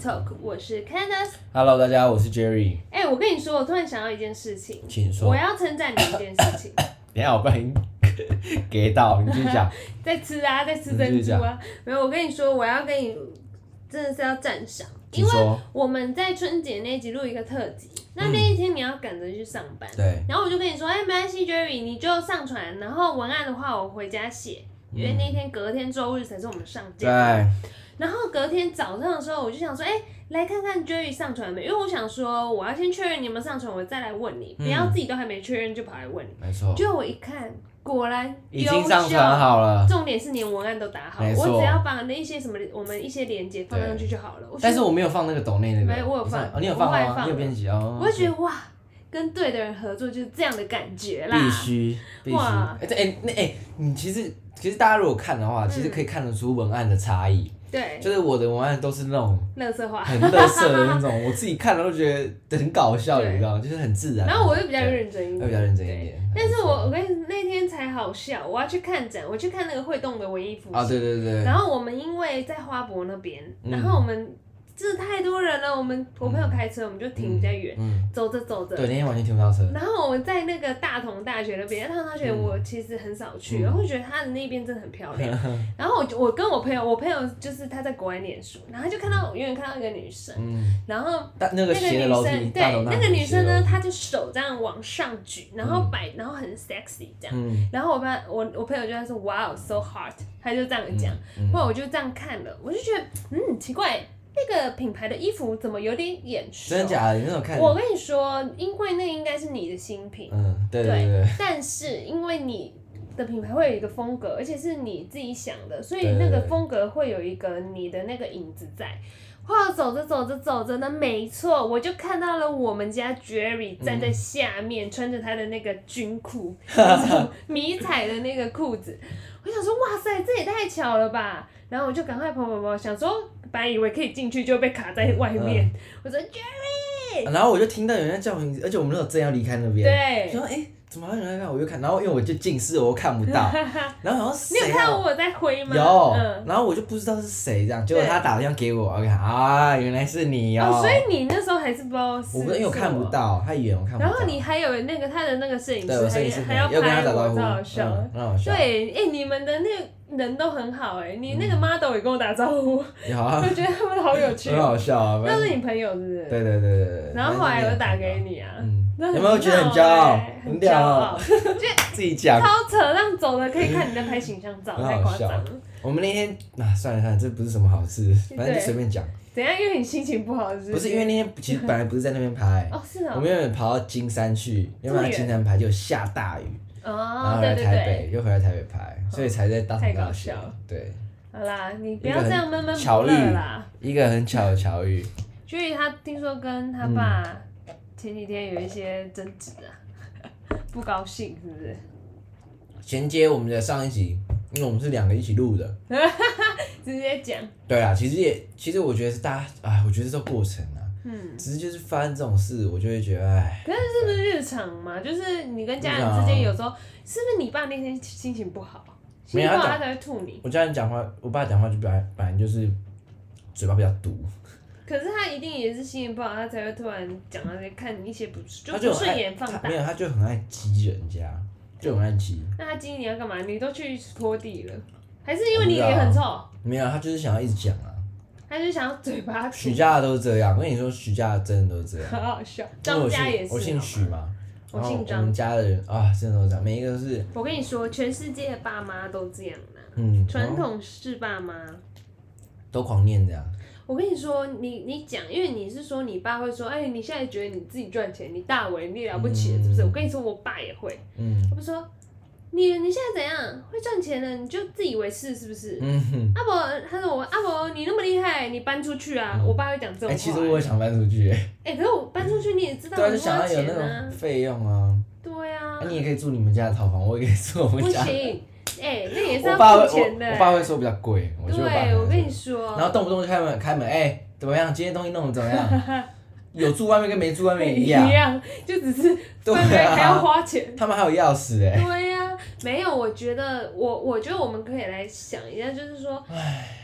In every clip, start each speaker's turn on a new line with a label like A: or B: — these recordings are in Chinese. A: Talk，我是 Candice。
B: Hello，大家，我是 Jerry，
A: 哎、我跟你说，我突然想到一件事情，
B: 请说。
A: 我
B: 等
A: 要称赞你一件事 情，
B: 一下我不小心 给到，你继续 讲。
A: 在吃啊，在吃
B: 你
A: 珍
B: 继续
A: 珠啊。没有，我跟你说，我要跟你真的是要赞赏，因
B: 请
A: 为
B: 说。
A: 我们在春节那一集录一个特辑，那那一天你要赶着去上班，
B: 对，
A: 然后我就跟你说，哎、没关系，Jerry，你就上传，然后文案的话我回家写，因
B: 嗯
A: 为那天隔天周日才是我们上架。
B: 对，
A: 然后隔天早上的时候，我就想说，哎、来看看 Jerry 上传没？因为我想说，我要先确认你有没有上传，我再来问
B: 嗯
A: 你，不要自己都还没确认就跑来问你。
B: 没错，
A: 结果我一看，果然
B: 哦已经上传好了。
A: 重点是连文案都打好，
B: 没
A: 我
B: 错
A: 只要把那一些什么我们一些连接放上去就好了。我觉
B: 但
A: 得
B: 是我没有放那个抖内那个，
A: 没我有放
B: 哦你有
A: 我
B: 放
A: 后来
B: 吗？
A: 放
B: 你有编辑哦。
A: 我就觉得哇，跟对的人合作就是这样的感觉啦。
B: 必须必须。
A: 哇嗯
B: 哎，这哎那哎，你其实其实大家如果看的话，其实可以看得出文案的差异。
A: 对，
B: 就是我的文案都是那种
A: 乐色话。
B: 很乐色的那种，我 自己看了都觉得很搞笑，
A: 对
B: 你知道吗？就是很自然。
A: 然后我又比较
B: 对
A: 认真一
B: 会
A: 点，
B: 比较认真一
A: 对
B: 点。
A: 但是我我跟你那天才好笑，我要去看展，我去看那个会动的文艺复
B: 啊，
A: 兴。
B: 对对对，
A: 然后我们因为在花博那边，
B: 嗯
A: 然后我们这太多人了，我们我朋友开车，我们就停比较远，
B: 嗯，
A: 走着走
B: 对，
A: 着。
B: 那天完全停不到车。
A: 然后我们在那个大同大学那边，大同大学我其实很少去，
B: 嗯
A: 然后我觉得它的那边真的很漂 亮。然后我就我跟我朋友，我朋友就是他在国外念书，然后就看到我远远看到一个女生，
B: 嗯，
A: 然后
B: 但那
A: 那
B: 个
A: 个
B: 斜的
A: 女
B: 楼
A: 生
B: 梯，
A: 对
B: 大楼
A: 那个女生呢，
B: 斜的楼梯
A: 她就手这样往上举，然后摆，然后很 sexy 这样。
B: 嗯，
A: 然后我朋我我朋友就在说 wow so hot，他就这样讲，
B: 嗯
A: 后来我就这样看了，我就觉得嗯奇怪，那个品牌的衣服怎么有点眼熟？
B: 真的假的？你那种看，
A: 我跟你说，因为那应该是你的新品，
B: 嗯，对对对，
A: 但是因为你的品牌会有一个风格，而且是你自己想的，所以
B: 对
A: 那个风格会有一个你的那个影子在。后来走着走着走着呢，没错，我就看到了我们家 Jerry 站
B: 嗯
A: 在下面，穿着他的那个军裤， 就是迷彩的那个裤子。我想说，哇塞，这也太巧了吧！然后我就赶快跑跑跑，想说本来以为可以进去，就被卡在外面。
B: 嗯
A: 我说 Jerry，
B: 对然后我就听到有人在叫我名字，而且我们那时候正要离开那边，我
A: 对，
B: 说哎，怎么还有人在看？我就看，然后因为我就近视，我又看不 到，然后好像谁
A: 你有看到
B: 啊？
A: 我在挥吗？
B: 有
A: 嗯，
B: 然后我就不知道是谁这样，结果
A: 对
B: 他打电话给我，我看啊，原来是你
A: 哦，
B: 哦
A: 所，以你那时候还是不知道是，
B: 我不因为我看不
A: 是
B: 到，太远我看
A: 我。
B: 不到。
A: 然后你还有那个他的那个摄影
B: 对我摄影
A: 师，
B: 师
A: 还
B: 朋
A: 还
B: 友
A: 要
B: 要跟他
A: 拍
B: 打
A: 我，
B: 招
A: 超
B: 呼，
A: 好笑。
B: 嗯，很好笑。
A: 对，哎、你们的那人都很好哎、你
B: 嗯
A: 那个 model 也跟我打招呼，我
B: 你好啊，
A: 觉得他们好有趣
B: 很。好笑啊。
A: 那
B: 反正
A: 是你朋友是不是？
B: 对对对对对。
A: 然后后来我打给
B: 你。
A: 你啊，
B: 嗯，
A: 那很
B: 有没有觉得很骄傲
A: 欸？很骄
B: 很屌
A: 傲
B: 哦，自己讲。
A: 超扯，让走了可以看你在拍形象照，
B: 很
A: 太
B: 好
A: 夸
B: 笑
A: 张了。
B: 我们那天啊，算了算了，这不是什么好事，反正就随便讲。
A: 怎样？因为你心情不好是不是？
B: 不是因为那天其实本来不是在那边 拍，
A: 哦是
B: 我
A: 哦，
B: 们原本跑到金山去，原本在金山拍就下大雨，然
A: 哦
B: 后
A: 对
B: 来
A: 对
B: 台
A: 对，哦
B: 北又回来台北拍，所以才在大同
A: 太搞
B: 大学
A: 笑了。
B: 对，
A: 好啦，你不
B: 一
A: 要
B: 个很
A: 这样闷闷
B: 巧
A: 不
B: 遇
A: 乐啦。
B: 一个很巧的巧遇，
A: 所以他听说跟他
B: 嗯
A: 爸前几天有一些争执啊， 不高兴是不是？
B: 衔接我们的上一集，因为我们是两个一起录的。
A: 直接讲，
B: 对啊，其实也其实我觉得是大家，哎，我觉得这过程啊，
A: 嗯，
B: 只是就是发生这种事，我就会觉得哎，
A: 可是是不是日常嘛？就是你跟家人之间有时候，是不是你爸那天心情不好，心
B: 嗯没啊
A: 情
B: 有
A: 不好
B: 他
A: 他才会吐你？
B: 我家人讲话，我爸讲话就本来本来就是嘴巴比较毒，
A: 可是他一定也是心情不好，他才会突然讲那些看一些不就
B: 他
A: 不
B: 就很
A: 顺
B: 爱
A: 眼放
B: 他
A: 大
B: 没。有，他就很爱激人家，就很爱激。
A: 那他今年要干嘛？你都去拖地了，还是因为你脸很臭，
B: 没有，他就是想要一直讲啊。
A: 他就想要嘴巴吐
B: 许？家的都是这样，我跟你说，许家的真的都是这样。
A: 好好笑，
B: 因为
A: 张
B: 我
A: 家
B: 姓
A: 也是。啊
B: 我姓
A: 好吗
B: 许嘛，
A: 我
B: 然后
A: 姓
B: 我
A: 张
B: 们家的人啊，真的都是这样，每一个都是
A: 我跟你说，全世界的爸妈都这样啦、
B: 嗯，
A: 传
B: 然后
A: 统式爸妈。
B: 都狂念这样。
A: 我跟你说，你你讲，因为你是说你爸会说，哎、你现在觉得你自己赚钱，你大为你了不起了，是不是？
B: 嗯
A: 我跟你说，我爸也会，
B: 嗯
A: 他不说，你你现在怎样会赚钱了，你就自以为是，是不是？
B: 嗯哼，
A: 阿伯、他说我阿伯，你那么厉害，你搬出去啊！
B: 嗯
A: 我爸会讲这种
B: 哎、
A: 话、
B: 其实我也想搬出去，
A: 哎、可是我搬出去你也知道
B: 对啊，
A: 很
B: 就想
A: 花
B: 要有
A: 钱
B: 那
A: 啊
B: 种，费用啊。
A: 对啊
B: 那，你也可以住你们家的套房，我也可以住我
A: 不
B: 们家。
A: 行，哎、那也是
B: 我爸
A: 要
B: 会
A: 付钱的、欸
B: 我，我爸会说比较贵。我觉得我爸可
A: 对，
B: 能
A: 我跟你
B: 会
A: 说，
B: 然后动不动就开门开门，哎、怎么样？今天东西弄得怎么样？ 有住外面跟没住外面一样。
A: 就只是
B: 对
A: 分开还要
B: 啊，
A: 花钱。
B: 他们还有钥匙哎、
A: 对呀、啊没有，我觉得我我觉得我们可以来想一下，就是说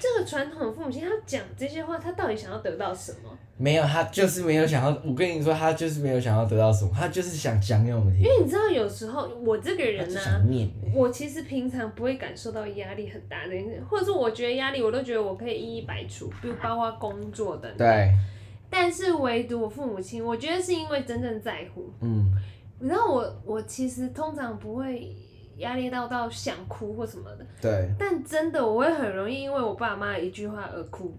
A: 这个传统父母亲他讲这些话，他到底想要得到什么？
B: 没有，他就是没有想要。我跟你说，他就是没有想要得到什么，他就是想讲给我们听。
A: 因为你知道，有时候我这个
B: 他
A: 人啊
B: 就
A: 呢、
B: 想念欸、
A: 我其实平常不会感受到压力很大的，或者是我觉得压力，我都觉得我可以一一排除，比如包括工作等等。
B: 对，
A: 但是唯独我父母亲，我觉得是因为真正在乎。
B: 嗯，
A: 你知道我，我其实通常不会压力到到想哭或什么的，
B: 对，
A: 但真的我会很容易因为我爸妈的一句话而哭，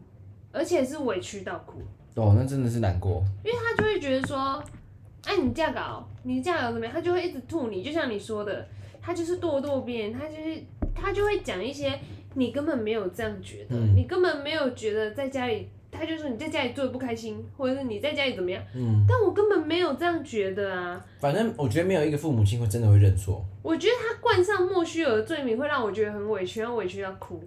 A: 而且是委屈到哭，
B: 哦，那真的是难过。
A: 因为他就会觉得说，哎、你这样搞，你这样搞怎么样？他就会一直吐你，就像你说的，他就是咄咄逼人，他就是他就会讲一些你根本没有这样觉得，
B: 嗯
A: 你根本没有觉得在家里，他就说你在家里做的不开心，或者是你在家里怎么样，
B: 嗯，
A: 但我根本没有这样觉得啊。
B: 反正我觉得没有一个父母亲会真的会认错。
A: 我觉得他冠上莫须有的罪名，会让我觉得很委屈，然后委屈到哭。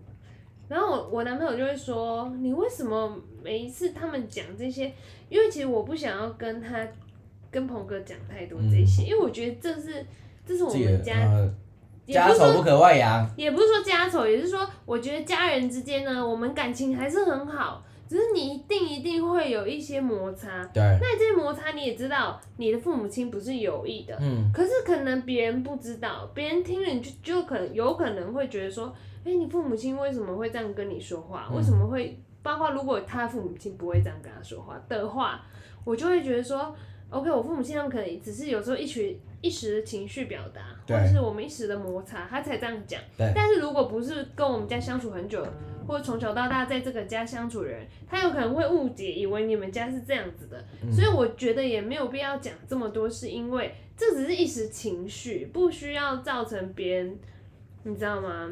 A: 然后我我男朋友就会说：“你为什么每一次他们讲这些？因为其实我不想要跟他跟鹏哥讲太多这
B: 嗯
A: 些，因为我觉得这是这是我
B: 这个
A: 们家，
B: 呃，
A: 也不
B: 家
A: 是
B: 丑
A: 说
B: 不可外扬。
A: 也不是说家丑，也是说我觉得家人之间呢，我们感情还是很好，只是你一定一定会有一些摩擦。
B: 对，
A: 那这些摩擦你也知道，你的父母亲不是有意的，
B: 嗯，
A: 可是可能别人不知道，别人听了你就就可能有可能会觉得说，哎、你父母亲为什么会这样跟你说话？
B: 嗯
A: 为什么会？包括如果他父母亲不会这样跟他说话的话，我就会觉得说，OK，我父母亲他们可能只是有时候一时一时的情绪表达，
B: 对
A: 或者是我们一时的摩擦，他才这样讲
B: 对。
A: 但是如果不是跟我们家相处很久，或者从小到大在这个家相处的人，他有可能会误解，以为你们家是这样子的。
B: 嗯
A: 所以我觉得也没有必要讲这么多，是因为这只是一时情绪，不需要造成别人，你知道吗？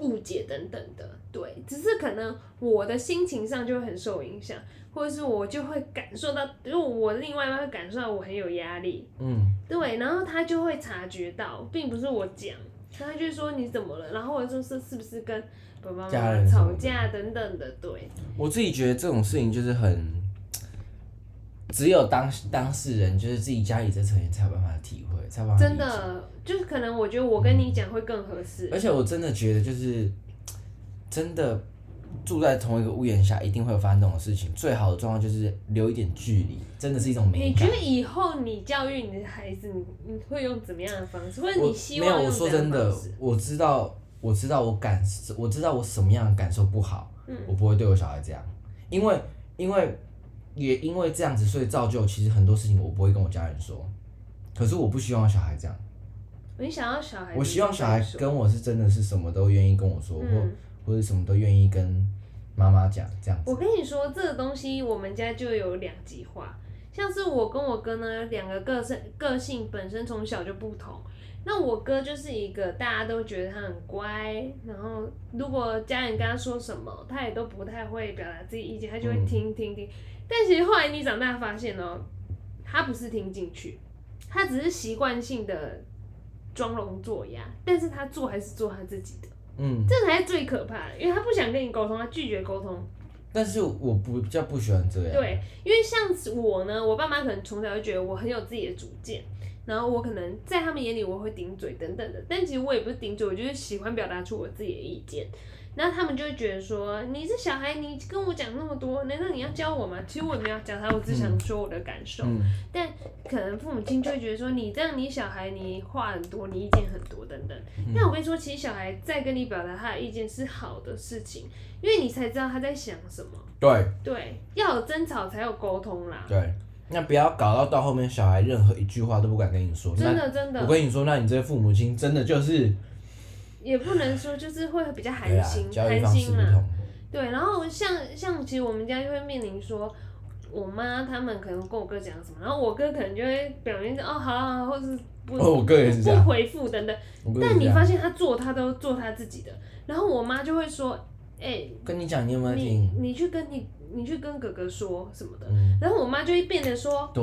A: 误解等等的，对，只是可能我的心情上就会很受影响，或者是我就会感受到，因为我另外一半会感受到我很有压力，
B: 嗯，
A: 对，然后他就会察觉到，并不是我讲，他就说你怎么了，然后我就说是不是跟爸爸妈
B: 家
A: 妈
B: 人什么
A: 吵
B: 的
A: 架等等的，对，
B: 我自己觉得这种事情就是很，只有当当事人，就是自己家里这成员才有办法体会，才有办法理
A: 真
B: 解。
A: 的就是可能我觉得我跟你讲会更合适，
B: 而且我真的觉得，就是真的住在同一个屋檐下，一定会有发生这种事情。最好的状况就是留一点距离，真的是一种美
A: 你觉
B: 感
A: 得。以后你教育你的孩子，你你会用怎么样的方式，或者
B: 我
A: 你希
B: 没
A: 望
B: 有，我
A: 用
B: 说
A: 怎样
B: 真
A: 的
B: 的
A: 方式？，
B: 我知道，我知道我感，我知道我什么样的感受不好，
A: 嗯
B: 我不会对我小孩这样，因为因为也因为这样子，所以造就其实很多事情我不会跟我家人说，可是我不希望我小孩这样，
A: 你想要小孩？
B: 我希望小孩
A: 说
B: 跟我是真的是什么都愿意跟我说，
A: 嗯
B: 或或者什么都愿意跟妈妈讲这样子。
A: 我跟你说，这个东西我们家就有两极化，像是我跟我哥呢，两个个性个性本身从小就不同。那我哥就是一个大家都觉得他很乖，然后如果家人跟他说什么，他也都不太会表达自己意见，他就会
B: 嗯
A: 听听听。但其实后来你长大发现哦，他不是听进去，他只是习惯性的装聋作哑，但是他做还是做他自己的，
B: 嗯，
A: 这才是最可怕的，因为他不想跟你沟通，他拒绝沟通。
B: 但是我不比较不喜欢这样。
A: 对，因为像是我呢，我爸妈可能从小就觉得我很有自己的主见，然后我可能在他们眼里我会顶嘴等等的，但其实我也不是顶嘴，我就是喜欢表达出我自己的意见。那他们就会觉得说，你这小孩，你跟我讲那么多，难道你要教我吗？其实我也没有教他，我只想说我的感受。
B: 嗯，
A: 但可能父母亲就会觉得说，你这样你小孩你话很多，你意见很多等等。但我跟你说，其实小孩在跟你表达他的意见是好的事情，因为你才知道他在想什么。
B: 对
A: 对，要有争吵才有沟通啦。
B: 对，那不要搞到到后面小孩任何一句话都不敢跟你说。
A: 真
B: 那
A: 的真
B: 我
A: 的，
B: 跟你说，那你这父母亲真的就是
A: 也不能说就是会比较寒
B: 对啦，
A: 心，啊
B: 教育
A: 寒
B: 方式
A: 心
B: 不
A: 啦。
B: 同。
A: 对，然后像像其实我们家就会面临说，我妈他们可能跟我哥讲什么，然后我哥可能就会表面上哦好啊，或是不、
B: 哦，我哥也是这
A: 不
B: 样，
A: 回复等等，
B: 我哥也
A: 但
B: 是这
A: 你发
B: 样。
A: 现他做他都做他自己的，然后我妈就会说，哎、
B: 跟你讲，你有没有
A: 你
B: 听？
A: 你去跟你你去跟哥哥说什么的，
B: 嗯，
A: 然后我妈就会变得说，
B: 对，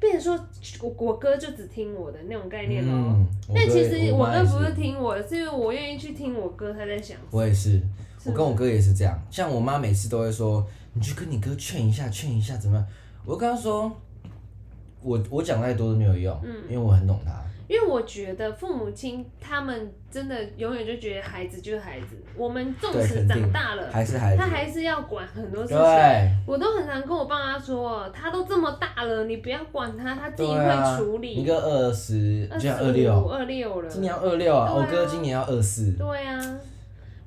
A: 变得说我我哥就只听我的那种概念咯。
B: 嗯。我
A: 哦但
B: 哥
A: 其
B: 也
A: 实我
B: 我妈
A: 哥
B: 也
A: 不是听我的，是因为我愿意去听我哥他在想。
B: 我也是，
A: 是
B: 我跟我哥也是这样。像我妈每次都会说，你去跟你哥劝一下，劝一下怎么样？我就跟他说，我我讲再多都没有用，
A: 嗯
B: 因为我很懂他。
A: 因为我觉得父母亲他们真的永远就觉得孩子就是孩子，我们纵
B: 对，
A: 使
B: 肯
A: 长
B: 定
A: 大了，
B: 还是孩子
A: 他。还是要管很多事情。
B: 对，
A: 我都很常跟我爸妈说，哦他都这么大了，你不要管他，他自己
B: 对啊
A: 会处
B: 一
A: 理。
B: 个二十，就像二
A: 十五、
B: 六，
A: 二六了，
B: 今年要二六啊，
A: 对啊
B: 我哥今年要二四。
A: 对啊，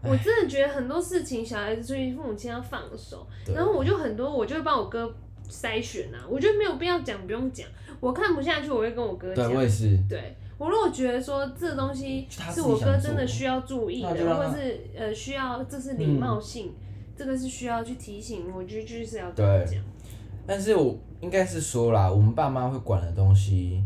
A: 我真的觉得很多事情小孩子出去，父母亲要放手。
B: 对
A: 然后我就很多，我就会帮我哥筛选啊，我觉得没有必要讲，不用讲。我看不下去，我会跟我哥
B: 对，
A: 讲。
B: 我也是。
A: 对我如果觉得说这东西
B: 是他自
A: 是
B: 己
A: 我哥
B: 想
A: 真的
B: 做
A: 需要注意的，
B: 那就让他嗯
A: 或是呃需要这是礼貌性，这个是需要去提醒，我觉得就是要跟他
B: 对
A: 讲。
B: 但是我应该是说啦，我们爸妈会管的东西，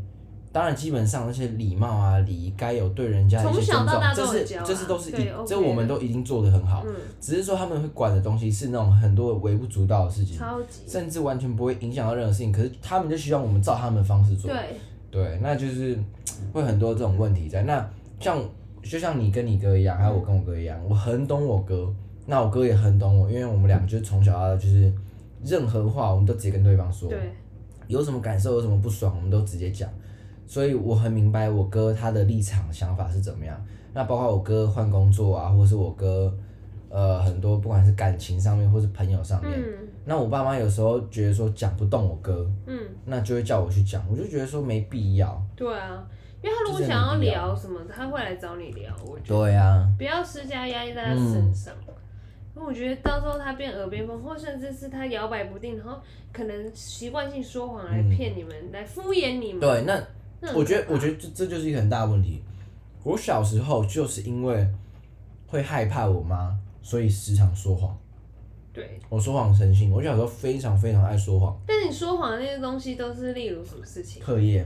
B: 当然基本上那些礼貌啊、礼仪，该有对人家的一些
A: 从小
B: 尊
A: 到
B: 重
A: 大，
B: 这
A: 都有
B: 是
A: 教啊
B: 这是都是一
A: 对 OK
B: 这我们都已经做的很好。
A: 嗯，
B: 只是说他们会管的东西是那种很多微不足道的事情，
A: 超级
B: 甚至完全不会影响到任何事情。可是他们就希望我们照他们的方式做，
A: 对，
B: 对，那就是会很多这种问题在。那像就像你跟你哥一样，还有我跟我哥一样，我很懂我哥，那我哥也很懂我，因为我们两个就是从小到大就是任何话我们都直接跟对方说，
A: 对，
B: 有什么感受，有什么不爽，我们都直接讲。所以我很明白我哥他的立场想法是怎么样。那包括我哥换工作啊，或者是我哥呃很多不管是感情上面或是朋友上面，
A: 嗯
B: 那我爸妈有时候觉得说讲不动我哥，
A: 嗯，
B: 那就会叫我去讲，我就觉得说没必要。
A: 对啊，因为他如果
B: 就是很
A: 想要
B: 必要
A: 聊什么，他会来找你聊，我觉得
B: 对啊，
A: 不要施加压力在他
B: 嗯
A: 身上。因为我觉得到时候他变耳边风，或甚至是他摇摆不定，然后可能习惯性说谎来
B: 嗯
A: 骗你们，来敷衍你们。嗯
B: 对，那
A: 那很
B: 我觉得
A: 可，怕
B: 我觉得这这就是一个很大的问题。我小时候就是因为会害怕我妈，所以时常说谎。
A: 对，
B: 我说谎成性，我小时候非常非常爱说谎。
A: 但你说谎的那些东西都是例如什么事情？
B: 课业，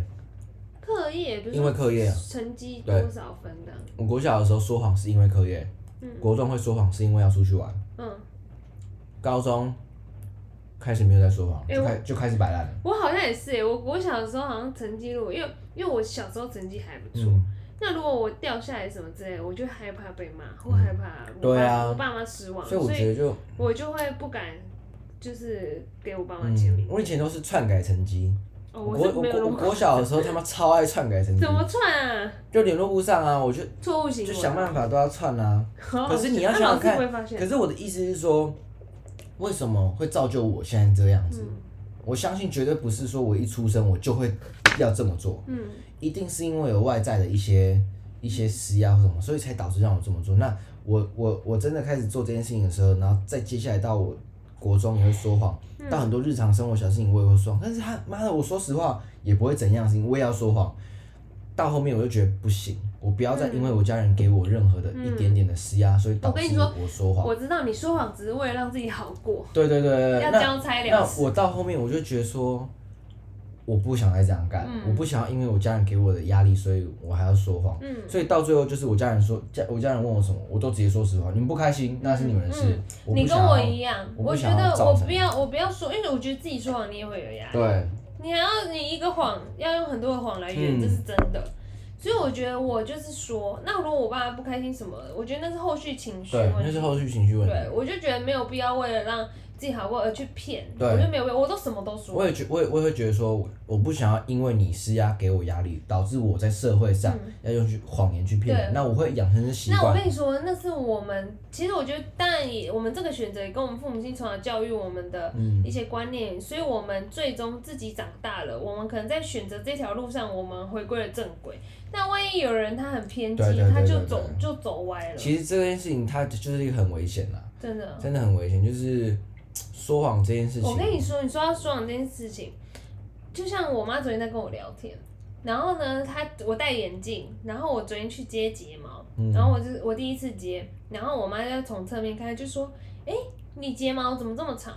A: 课业，比如
B: 因为课业啊
A: 成绩多
B: 对
A: 少分的，
B: 我国小的时候说谎是因为课业，
A: 嗯
B: 国中会说谎是因为要出去玩，
A: 嗯，
B: 高中开始没有在说谎，
A: 哎
B: 就开就开始摆烂了。
A: 我好像也是耶，我我小时候好像成绩如果，因为因为我小时候成绩还不错，
B: 嗯，
A: 那如果我掉下来什么之类的，我就害怕被骂，或害怕我爸、
B: 嗯对啊
A: 我爸妈失望，
B: 所以我
A: 所
B: 觉
A: 以
B: 得就，
A: 我就会不敢，就是给我爸妈签
B: 嗯
A: 名。，
B: 我以前都是篡改成绩。
A: 哦，
B: 我
A: 我
B: 国
A: 是
B: 我
A: 没有
B: 国
A: 那
B: 我
A: 么
B: 国小的时候他妈超爱篡改成绩
A: 怎，么串啊，
B: 就联络簿上啊，我就
A: 错误行
B: 就
A: 为。
B: 想办法都要篡啊。
A: 好好
B: 可是你要
A: 笑那
B: 想想
A: 老师
B: 看
A: 不会发现，
B: 可是我的意思是说，为什么会造就我现在这样
A: 嗯
B: 子？我相信绝对不是说我一出生我就会要这么做，
A: 嗯，
B: 一定是因为有外在的一些一些施压或什么，所以才导致让我这么做。那我我我真的开始做这件事情的时候，然后再接下来到我国中也会说谎，
A: 嗯
B: 到很多日常生活小事情我也会说谎，但是他妈的我说实话也不会怎样，事情我也要说谎。到后面我就觉得不行，我不要再因为我家人给我任何的一点点的施压，所以
A: 嗯
B: 导
A: 我跟你
B: 致
A: 说
B: 我说谎。
A: 我知道你说谎只是为了让自己好过，
B: 对对对对，对
A: 要
B: 呃那
A: 交差了
B: 那
A: 事。
B: 我到后面我就觉得说，我不想再这样干，我不想要因为我家人给我的压力，所以我还要说谎。
A: 嗯
B: 所以到最后就是我家人说，家我家人问我什么，我都直接说实话。你们不开心，那是你们的事。
A: 嗯
B: 我
A: 你
B: 不
A: 跟
B: 想要
A: 我一样，
B: 我
A: 我
B: 不
A: 觉
B: 想要
A: 得
B: 造
A: 我
B: 成
A: 不要，我不要说，因为我觉得自己说谎你也会有压力。
B: 对，
A: 你还要你一个谎要用很多的谎来圆，
B: 嗯
A: 这是真的。所以我觉得我就是说，那如果我爸妈不开心什么，我觉得那是后续情绪
B: 对，
A: 问
B: 那
A: 题
B: 是。后续情绪问题。
A: 对，我就觉得没有必要为了让自己好过而去骗，
B: 对
A: 我就没有必要，我都什么都说。
B: 我也觉，我也我也会觉得说，我不想要因为你施压给我压力，导致我在社会上要用去谎言去骗人，
A: 嗯对
B: 那我会养成这习
A: 那我
B: 惯。
A: 跟你说，那是我们其实我觉得，当然也我们这个选择也跟我们父母亲从小教育我们的
B: 嗯
A: 一些观念，所以我们最终自己长大了，我们可能在选择这条路上，我们回归了正轨。但万一有人他很偏激，
B: 对对对
A: 他就
B: 对对
A: 走
B: 对
A: 就走歪了，
B: 其实这件事情它就是一个很危险啦，
A: 真的。
B: 真的很危险，就是说谎这件事情。
A: 嗯我跟你说，你说到说谎这件事情，就像我妈昨天在跟我聊天，然后呢，她我戴眼镜，然后我昨天去接睫毛，
B: 嗯
A: 然后我就我第一次接，然后我妈就从侧面看，就说：“哎、你睫毛怎么这么长？”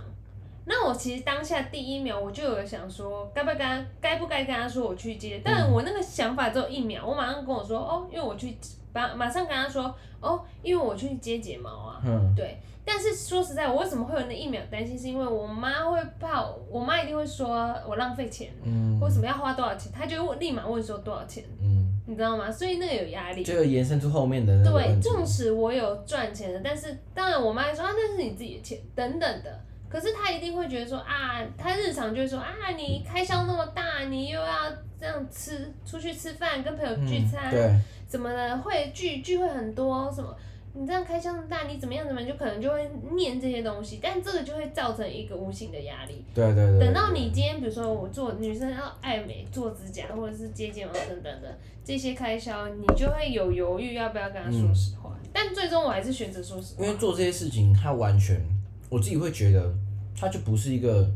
A: 那我其实当下第一秒我就有想说，该不该跟她该不该跟她说我去接？但我那个想法只有一秒，我马上跟我说：“哦，因为我去马马上跟她说，哦，因为我去接睫毛啊。”
B: 嗯，
A: 对，但是说实在，我为什么会有那一秒担心？是因为我妈会怕我，我妈一定会说我浪费钱，
B: 嗯
A: 为什么要花多少钱？她就会问立马问说多少钱，
B: 嗯，
A: 你知道吗？所以那个有压力。
B: 这个延伸出后面的那个
A: 对，
B: 问题。
A: 纵使我有赚钱的，但是当然我妈会说啊，那是你自己的钱等等的。可是她一定会觉得说啊，她日常就会说啊，你开销那么大，骂你，又要这样吃，出去吃饭，跟朋友
B: 嗯
A: 聚餐，
B: 对，
A: 怎么了？会聚聚会很多什么？你这样开销那么大，你怎么样怎么样，就可能就会念这些东西，但这个就会造成一个无形的压力。
B: 对对对。
A: 等到
B: 对
A: 你今天，比如说我做女生要爱美、做指甲或者是接睫毛等等的这些开销，你就会有犹豫要不要跟他说实话。但最终我还是选择说实话
B: 因，为做这些事情，它完全我自己会觉得，它就不是一个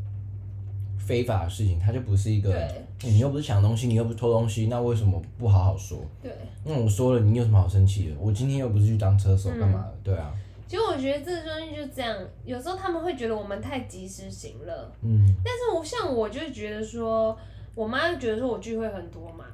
B: 非法的事情，它就不是一个、哎
A: 对
B: 你又不是抢东西，你又不是偷东西，那为什么不好好说？
A: 对。
B: 那我说了，你有什么好生气的？我今天又不是去当车手干嘛的？
A: 嗯
B: 对啊，
A: 其实我觉得这东西就这样，有时候他们会觉得我们太及时行乐，
B: 嗯，
A: 但是我像我就觉得说，我妈就觉得说我聚会很多嘛，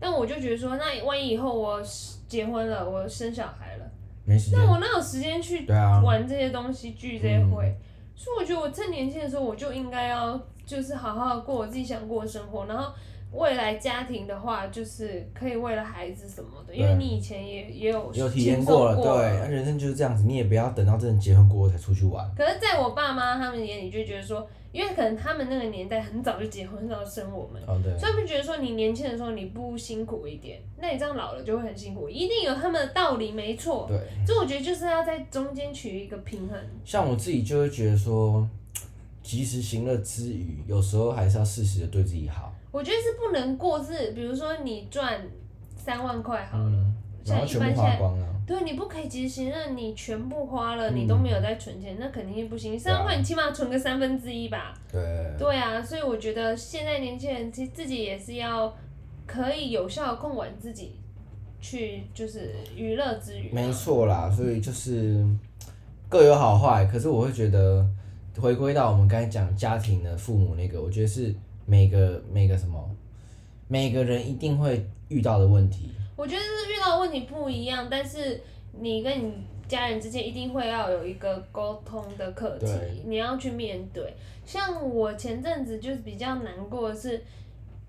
A: 但我就觉得说，那万一以后我结婚了，我生小孩了，
B: 没时间。
A: 那我哪有时间去
B: 对啊，嗯
A: 玩这些东西、聚这些会？所以我觉得我趁年轻的时候，我就应该要就是好好地过我自己想过的生活，然后未来家庭的话，就是可以为了孩子什么的，因为
B: 对
A: 你以前也也有
B: 有体验
A: 经
B: 过
A: 受
B: 了，对，那人生就是这样子，你也不要等到真的结婚过后才出去玩。
A: 可是，在我爸妈他们眼里就觉得说，因为可能他们那个年代很早就结婚，很早就生我们，
B: 哦，对，
A: 所以他们觉得说你年轻的时候你不辛苦一点，那你这样老了就会很辛苦，一定有他们的道理，没错。
B: 对，
A: 所以我觉得就是要在中间取一个平衡。
B: 像我自己就会觉得说，及时行乐之余，有时候还是要适时的对自己好。
A: 我觉得是不能过是，比如说你赚三万块好了，
B: 嗯，然后全部花光啊了。
A: 对，你不可以及时行乐，你全部花
B: 嗯
A: 了，你都没有在存钱，那肯定不行。三万块你起码存个三分之一吧。
B: 啊对，
A: 对啊，所以我觉得现在年轻人其实自己也是要可以有效的控管自己，去就是娱乐之余啊。
B: 没错啦，所以就是各有好坏。可是我会觉得，回归到我们刚才讲家庭的父母那个，我觉得是每个每个什么，每个人一定会遇到的问题。
A: 我觉得是遇到的问题不一样，但是你跟你家人之间一定会要有一个沟通的课题
B: 对，
A: 你要去面对。像我前阵子就是比较难过的是。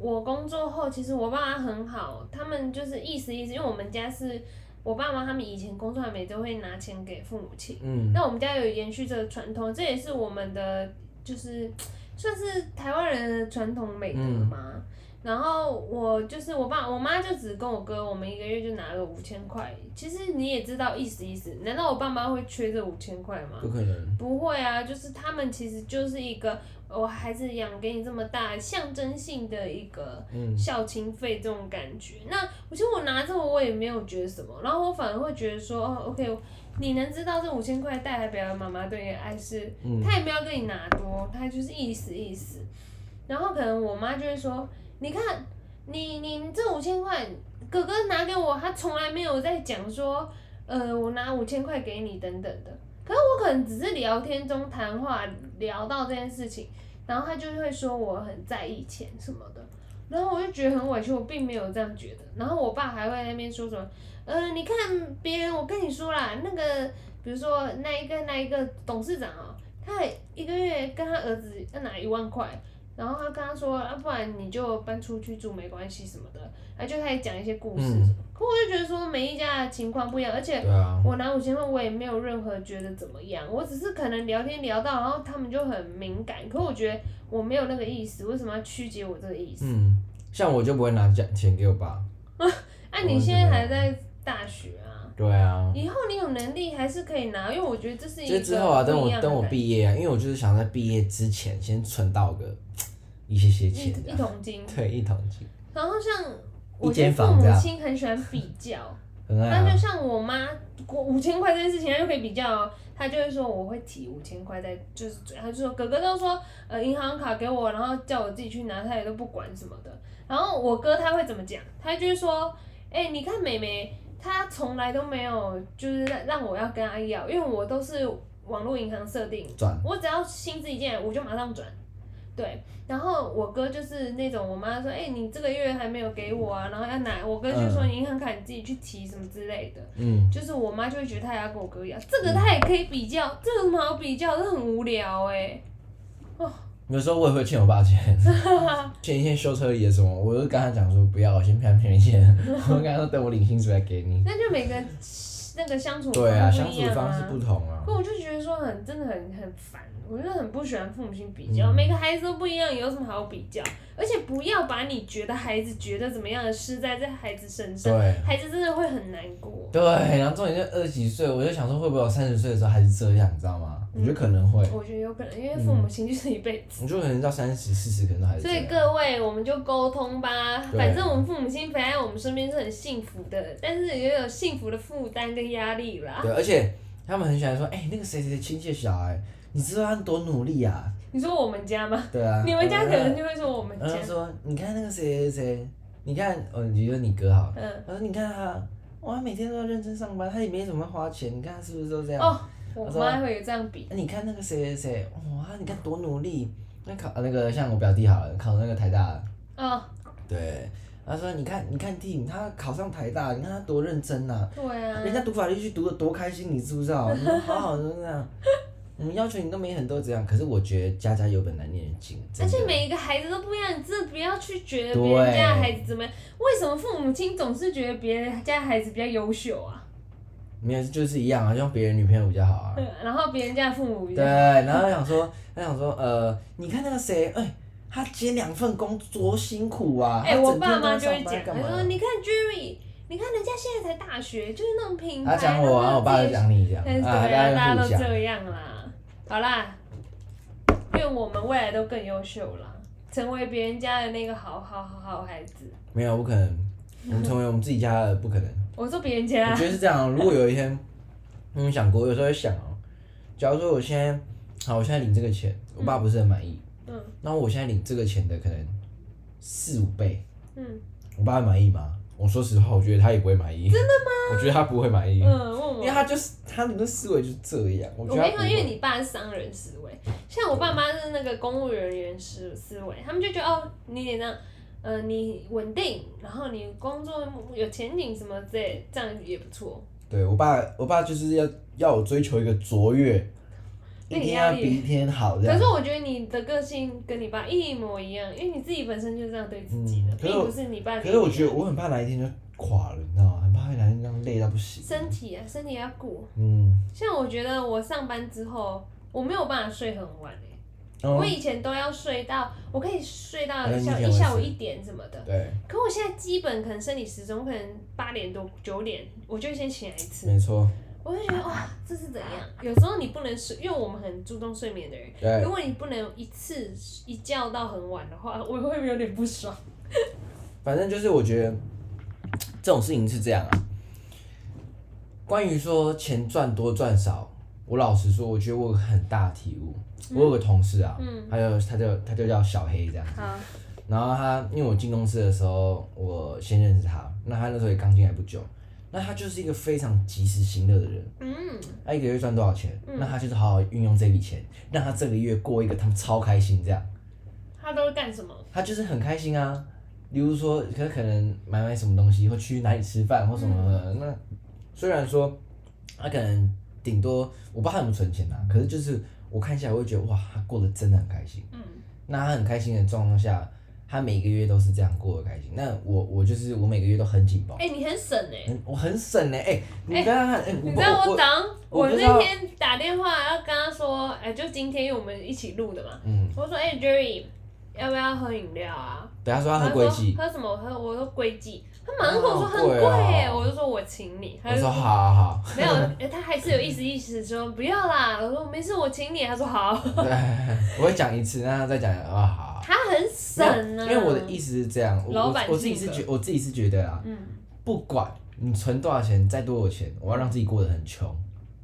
A: 我工作后，其实我爸妈很好，他们就是意思意思，因为我们家是我爸妈他们以前工作还没都会拿钱给父母亲，
B: 嗯，
A: 那我们家有延续这个传统，这也是我们的就是算是台湾人的传统美德嘛。然后我就是我爸我妈就只跟我哥，我们一个月就拿个五千块。其实你也知道意思意思，难道我爸妈会缺这五千块吗？
B: 不可能。
A: 不会啊，就是他们其实就是一个我孩子养给你这么大，象征性的一个
B: 嗯
A: 孝亲费这种感觉。那我其实我拿着我也没有觉得什么，然后我反而会觉得说，哦，OK，你能知道这五千块带来表达妈妈对你的爱是，
B: 嗯
A: 他也没有跟你拿多，他就是意思意思。然后可能我妈就会说，你看你你你这五千块，哥哥拿给我，他从来没有在讲说，呃，我拿五千块给你等等的。可是我可能只是聊天中谈话聊到这件事情，然后他就会说我很在意钱什么的，然后我就觉得很委屈，我并没有这样觉得。然后我爸还会在那边说什么，呃，你看别人，我跟你说啦，那个比如说那一个那一个董事长哦，他一个月跟他儿子要拿一万块。然后他跟他说，啊，不然你就搬出去住没关系什么的，然后就开始讲一些故事什么。可我就觉得说每一家的情况不一样，而且
B: 对啊，
A: 我拿五千块，我也没有任何觉得怎么样，我只是可能聊天聊到，然后他们就很敏感，可我觉得我没有那个意思，为什么要曲解我这个意思？
B: 嗯，像我就不会拿家钱给我爸。
A: 啊，你现在还在大学啊，
B: 对啊，
A: 以后你有能力还是可以拿，因为我觉得这是一
B: 就
A: 个
B: 之后啊，等
A: 不
B: 我
A: 一样的
B: 等我
A: 感
B: 毕业啊，因为我就是想在毕业之前先存到个一些些
A: 一
B: 钱这
A: 一
B: 样。
A: 桶金，
B: 对，一桶金，
A: 然后像我
B: 啊一
A: 觉得
B: 间
A: 父
B: 房
A: 母
B: 这样
A: 亲很喜欢比较。
B: 很爱
A: 那就
B: 啊。
A: 像我妈，我五千块这件事情，她就可以比较哦，她就会说我会提五千块在，就是她就说哥哥都说呃银行卡给我，然后叫我自己去拿，她也都不管什么的。然后我哥他会怎么讲？他就会说，哎、你看妹妹，她从来都没有就是让让我要跟她要，因为我都是网络银行设定，
B: 转，
A: 我只要薪资一进来，我就马上转。对，然后我哥就是那种，我妈说，哎、你这个月还没有给我啊，然后要拿，我哥就说
B: 嗯
A: 你银行卡你自己去提什么之类的，
B: 嗯，
A: 就是我妈就会觉得他也要跟我哥一样，这个他也可以比较，这有什么好比较？这很无聊哎、
B: 有时候我也会欠我爸钱。 前一天修车也什么，我就 跟他讲说不要，我先骗骗你钱。我跟他说等我领薪水再给你。
A: 那就每个那个相处
B: 对啊，
A: 方式
B: 相
A: 不一
B: 处
A: 样
B: 方式不同啊
A: 可。我就觉得说很真的很很烦，我就很不喜欢父母亲比
B: 嗯
A: 较，每个孩子都不一样，有什么好比较？而且不要把你觉得孩子觉得怎么样的施在在孩子身上，
B: 对啊
A: 孩子真的会很难过。
B: 对，然后重点就二十几岁，我就想说会不会我三十岁的时候还是这样，你知道吗？我觉得可能会，
A: 我觉得有可能，因为
B: 嗯
A: 父母亲就是一辈子。
B: 你就可能到三十、四十可能都还是这
A: 所以
B: 样。
A: 各位，我们就沟通吧。
B: 对
A: 反正我们父母亲陪在我们身边是很幸福的，但是也有幸福的负担跟压力啦。
B: 对，而且他们很喜欢说，哎、那个谁谁谁亲戚的小孩，你知道他多努力啊？
A: 你说我们家 吗？
B: 对啊，
A: 你们家可能
B: 就
A: 就会说我们家
B: 然后，说，你看那个谁谁谁，你看，哦，你觉得你哥好了，
A: 嗯，
B: 他说你看他，哇，他每天都要认真上班，他也没怎么花钱，你看他是不是都这样？
A: 哦，我
B: 他说
A: 妈会有这样比。
B: 那你看那个谁谁谁，哇，你看多努力，那考那个像我表弟好了，考那个台大了，
A: 哦，
B: 对，他说你看你看弟，他考上台大，你看他多认真呐、
A: 对啊。
B: 人家读法律去读的多开心，你知不知 道？你说好好的这样，我们要求你都没很多这样，可是我觉得家家有本难念的经，
A: 而
B: 真的
A: 且每一个孩子都不一样，你真的不要去觉得
B: 对
A: 别人家的孩子怎么样。为什么父母亲总是觉得别人家的孩子比较优秀啊？
B: 没有就是一样啊，用别人女朋友比较好 啊。
A: 然后别人家的父母比
B: 对，啊
A: 较……
B: 然后想说，他想说，呃，你看那个谁，哎、他接两份工多辛苦啊！
A: 哎、
B: 他
A: 我
B: 整
A: 爸
B: 天都
A: 妈
B: 在
A: 就会
B: 上
A: 讲，
B: 班
A: 他
B: 干嘛
A: 说：“你看 Jerry，你看人家现在才大学，就是那种品牌。”
B: 他讲我，啊然后我爸就。讲你这样，
A: 但是 对
B: 啊，
A: 啊，大
B: 家就
A: 家都
B: 互讲。
A: 这样啦。好啦，愿我们未来都更优秀啦，成为别人家的那个好好好好孩子。
B: 没有，不可能，我们成为我们自己家的不可能。
A: 我说别人家
B: 我觉得是这样，啊如果有一天，你们想过，有时候会想哦，假如说我现在，好，我现在领这个钱，我爸不是很满意，
A: 嗯，
B: 那我现在领这个钱的可能四五倍，
A: 嗯
B: 我爸会满意吗？我说实话，我觉得他也不会满意。真的吗？我觉得他不会满意，
A: 嗯，问
B: 因
A: 我
B: 为他就是他的思维就是这样，我
A: 我
B: 觉
A: 没
B: 得他不
A: 有，因为
B: 会。
A: 你爸是商人思维，像我爸妈是那个公务人员思思维，他们就觉得哦，你得让，呃，你稳定，然后你工作有前景什么之类，这样也不错。
B: 对我爸，我爸就是要要我追求一个卓越，
A: 那
B: 一
A: 你
B: 天
A: 压
B: 要
A: 力
B: 比一天哦好这
A: 可
B: 样啊
A: 是。我觉得你的个性跟你爸一模一样，因为你自己本身就是这样对自己的，
B: 嗯可是
A: 并
B: 我
A: 不是你爸给你
B: 可
A: 的。
B: 是我觉得我很怕哪一天就垮了，你知道吗？很怕哪一天这样累到不行。
A: 身体啊，身体要顾。
B: 嗯，
A: 像我觉得我上班之后，我没有办法睡很晚、欸
B: 嗯
A: 我以前都要睡到，我可以睡到
B: 哎
A: 一下一
B: 你以前我也
A: 下午
B: 是
A: 一点什么的。
B: 对，
A: 可我现在基本可能生理时钟可能八点多九点，我就先起来一次，
B: 没错，
A: 我就觉得哇，这是怎样？有时候你不能睡，因为我们很注重睡眠的人，
B: 对
A: 如，果你不能一次一觉到很晚的话， 我会有点不爽。
B: 反正就是我觉得这种事情是这样啊。关于说钱赚多赚少，我老实说，我觉得我有很大体悟。我有个同事啊，
A: 嗯
B: 他就他就他就叫小黑这样。
A: 好，
B: 然后他，因为我进公司的时候，我先认识他，那他那时候也刚进来不久，那他就是一个非常及时行乐的人。
A: 嗯，
B: 他一个月赚多少钱？那他就是好好运用这笔钱，让他这个月过一个他们超开心这样，
A: 他都会干什么？
B: 他就是很开心啊。例如说，可可能买买什么东西，或去哪里吃饭或什么的。
A: 嗯
B: 那虽然说他可能顶多我不知道他有没有存钱啊，可是就是我看起来我会觉得哇，他过得真的很开心。
A: 嗯
B: 那他很开心的状况下，他每个月都是这样过得开心。那我我就是我每个月都很紧绷，
A: 哎、你很省哎、
B: 嗯我很省呢、欸。哎、你
A: 哎
B: 刚刚看，哎、我
A: 你知道我早上
B: 我
A: 我
B: 不知道
A: 那天打电话要跟他说，哎、就今天因为我们一起录的嘛，
B: 嗯，
A: 我说哎、Jerry，要不要喝饮料啊？
B: 对他说他
A: 他
B: 喝龟记，
A: 喝什么？喝我说龟记，他马上跟我说
B: 啊
A: 很
B: 好
A: 贵
B: 贵哦
A: 耶、我就说我请你，他
B: 我
A: 就
B: 说好好好，
A: 没有，哎他还是有意思意思说不要啦，我说没事，我请你，他说 好，
B: 对，我会讲一次，那他再讲啊，好好。
A: 他很省
B: 没
A: 呢、
B: 有因为我的意思是这样，我
A: 啊老
B: 我
A: 板
B: 我自己
A: 性
B: 是
A: 格
B: 觉我自己是觉得啊，
A: 嗯，
B: 不管你存多少钱，再多有钱，我要让自己过得很穷。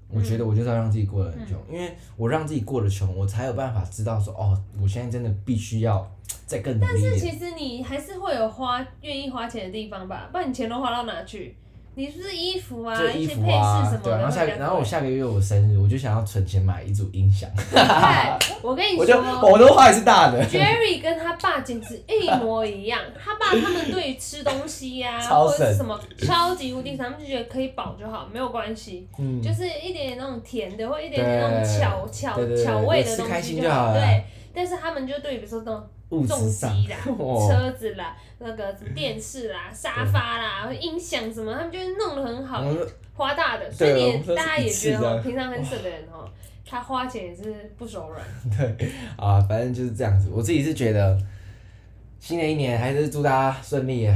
B: 我觉
A: 嗯
B: 得我就是要让自己过得很穷，因为我让自己过得穷，我才有办法知道说，哦，我现在真的必须要再更努力一
A: 但
B: 点。
A: 其实你还是会有花愿意花钱的地方吧，不然你钱都花到哪去？你是不是衣服啊，
B: 就
A: 一
B: 衣
A: 些
B: 服
A: 配饰
B: 啊
A: 什，么
B: 对
A: 的
B: 啊，然后下
A: 会比较贵，
B: 个，然后我下个月我生日，我就想要存钱买一组音响，
A: 哎我跟你
B: 我就
A: 说。
B: 我的话也是大的，
A: Jerry 跟他爸简直一模一样，他爸他们对于吃东西呀、
B: 超
A: 或者是
B: 省
A: 什么超级无敌省，他们就觉得可以保就好，没有关系，
B: 嗯，
A: 就是一点点那种甜的或一点点那种
B: 对
A: 巧巧
B: 对对对
A: 巧味的
B: 我吃
A: 东
B: 开
A: 西
B: 心
A: 就
B: 就好了
A: 对，但是他们就对于比如说那种
B: 物
A: 重
B: 质上，
A: 机啦、
B: 哦
A: 车子啦、那个什么电视啦、沙发啦、音响什么，他们就弄得很好。
B: 我
A: 花大的，所
B: 嗯对
A: 以你
B: 我们都
A: 也
B: 是
A: 大家
B: 一
A: 也
B: 致
A: 觉得
B: 的
A: 哦，平常很省的人哦，他花钱也是不手软。
B: 对啊，反正就是这样子。我自己是觉得，新的一年还是祝大家顺利啊。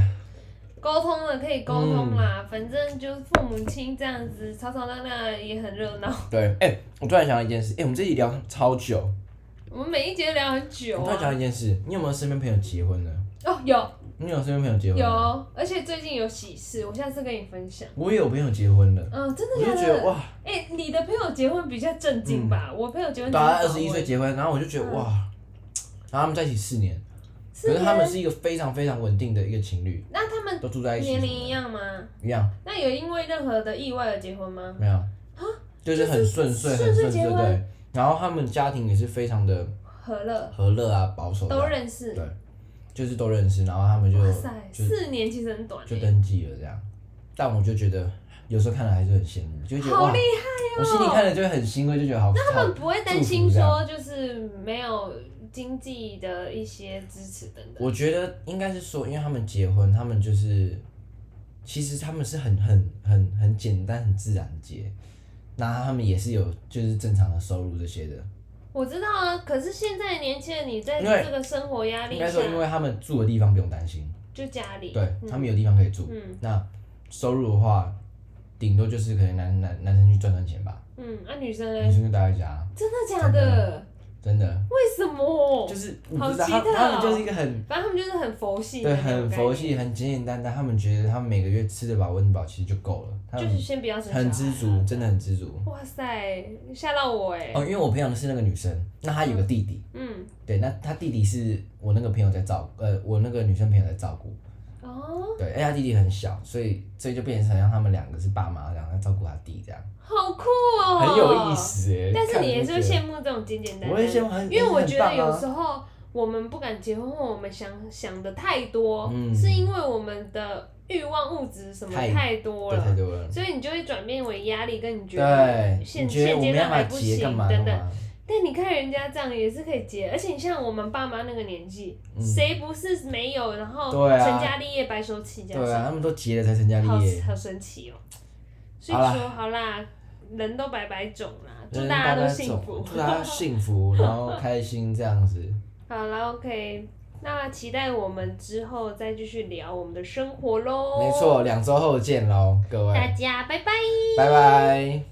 A: 沟通了可以沟通啦，
B: 嗯
A: 反正就是父母亲这样子吵吵闹闹也很热闹。
B: 对，哎、我突然想到一件事，哎、我们这集聊超久，
A: 我们每一节聊很久
B: 我突然想
A: 啊。
B: 到一件事，你有没有身边朋友结婚呢？
A: 哦，有
B: 你有身边朋友结婚？。
A: 有，而且最近有喜事，我下次跟你分享。
B: 我也有朋友结婚了，
A: 嗯，真
B: 我
A: 的
B: 就
A: 假
B: 觉得
A: 的？
B: 哇，
A: 哎、你的朋友结婚比较震惊吧？我朋友结婚
B: 对
A: 只是
B: 啊，
A: 早
B: 二
A: 婚，
B: 十一岁结婚，然后我就觉得、
A: 嗯
B: 哇，然后他们在一起四年，
A: 四
B: 可
A: 年，
B: 是他们是一个非常非常稳定的一个情侣，
A: 那他们
B: 都住在一起什么
A: 年
B: 的，
A: 龄一样吗？
B: 一样
A: 那有因为任何的意外而结婚吗？
B: 没有，就是很顺遂，
A: 啊就是顺
B: 很顺
A: 遂
B: 遂
A: 结婚
B: 对。然后他们家庭也是非常的
A: 和乐
B: 和乐啊，保守的
A: 都
B: 啊，
A: 认识，
B: 对就是都认识，然后他们就
A: 哇塞，
B: 就
A: 四年其实很短
B: 就
A: 欸
B: 登记了这样。但我就觉得有时候看了还是很羡慕，就会觉得
A: 好
B: 哇
A: 厉，哦
B: 我心里看了就会很欣慰，就觉得好。
A: 他们
B: 好
A: 不会担心说就是没有经济的一些支持等等。
B: 我觉得应该是说，因为他们结婚，他们就是其实他们是很很很很简单、很自然地结，那他们也是有就是正常的收入这些的。
A: 我知道啊，可是现在年轻人你在
B: 因为
A: 这个生活压力
B: 应
A: 下
B: 该，说，因为他们住的地方不用担心，
A: 就家里
B: 对
A: 嗯
B: 他们有地方可以住。
A: 嗯
B: 那收入的话，顶多就是可能男男男生去赚赚钱吧，
A: 嗯，那、女生
B: 女
A: 嘞？
B: 生就待在家，
A: 真的假
B: 真
A: 的？
B: 真的
A: 为什么？
B: 就是我
A: 好
B: 不知道
A: 期
B: 他
A: 待哦
B: 他们就是一个很
A: 反正他们就是很佛系的
B: 嗯对
A: 那种概念，
B: 很佛系、很简简单单，他们觉得他们每个月吃得饱、温得饱其实就够了，他
A: 就是
B: 们
A: 先不要生
B: 很
A: 小孩
B: 知足，真的很知足。
A: 哇塞，吓到我哎、
B: 哦，因为我朋友是那个女生，那她有个弟弟，
A: 嗯，
B: 对，那她弟弟是我那个朋友在照，呃，我那个女生朋友在照顾，
A: 哦，
B: 对，哎，她弟弟很小，所以所以就变成让他们两个是爸妈，然后照顾她弟这样，
A: 好酷哦，
B: 很有意。思哎。
A: 但是你也是会
B: 看着就觉得
A: 羡慕这种简简单单，
B: 我会羡慕很啊
A: 因为我觉得有时
B: 候
A: 候我们不敢结婚，或我们想想的太多，
B: 嗯
A: 是因为我们的欲望、物质什么
B: 太
A: 太多
B: 对太
A: 了。
B: 多了，
A: 所以你就会转变为压力，跟你觉得
B: 对，
A: 现
B: 你觉得
A: 现
B: 我
A: 阶
B: 们要
A: 段还
B: 买
A: 不
B: 结干
A: 行
B: 嘛
A: 等
B: 干
A: 等。
B: 嘛？
A: 但你看人家这样也是可以结，而且你像我们爸妈那个年纪，
B: 嗯
A: 谁不是没有然后
B: 对啊
A: 成家立业白手起家？
B: 对啊，他们都结了才成家
A: 好
B: 立业，
A: 好神奇哦。所以
B: 好啦
A: 说，好啦，人都百百种啦，祝
B: 人
A: 大家都
B: 家
A: 幸
B: 走
A: 福。
B: 祝嗯大家幸福，然后开心这 样子。
A: 好啦 o k 那期待我们之后再继续聊我们的生活喽。
B: 没，错，两周后见喽，各位，
A: 大家拜拜。
B: 拜拜。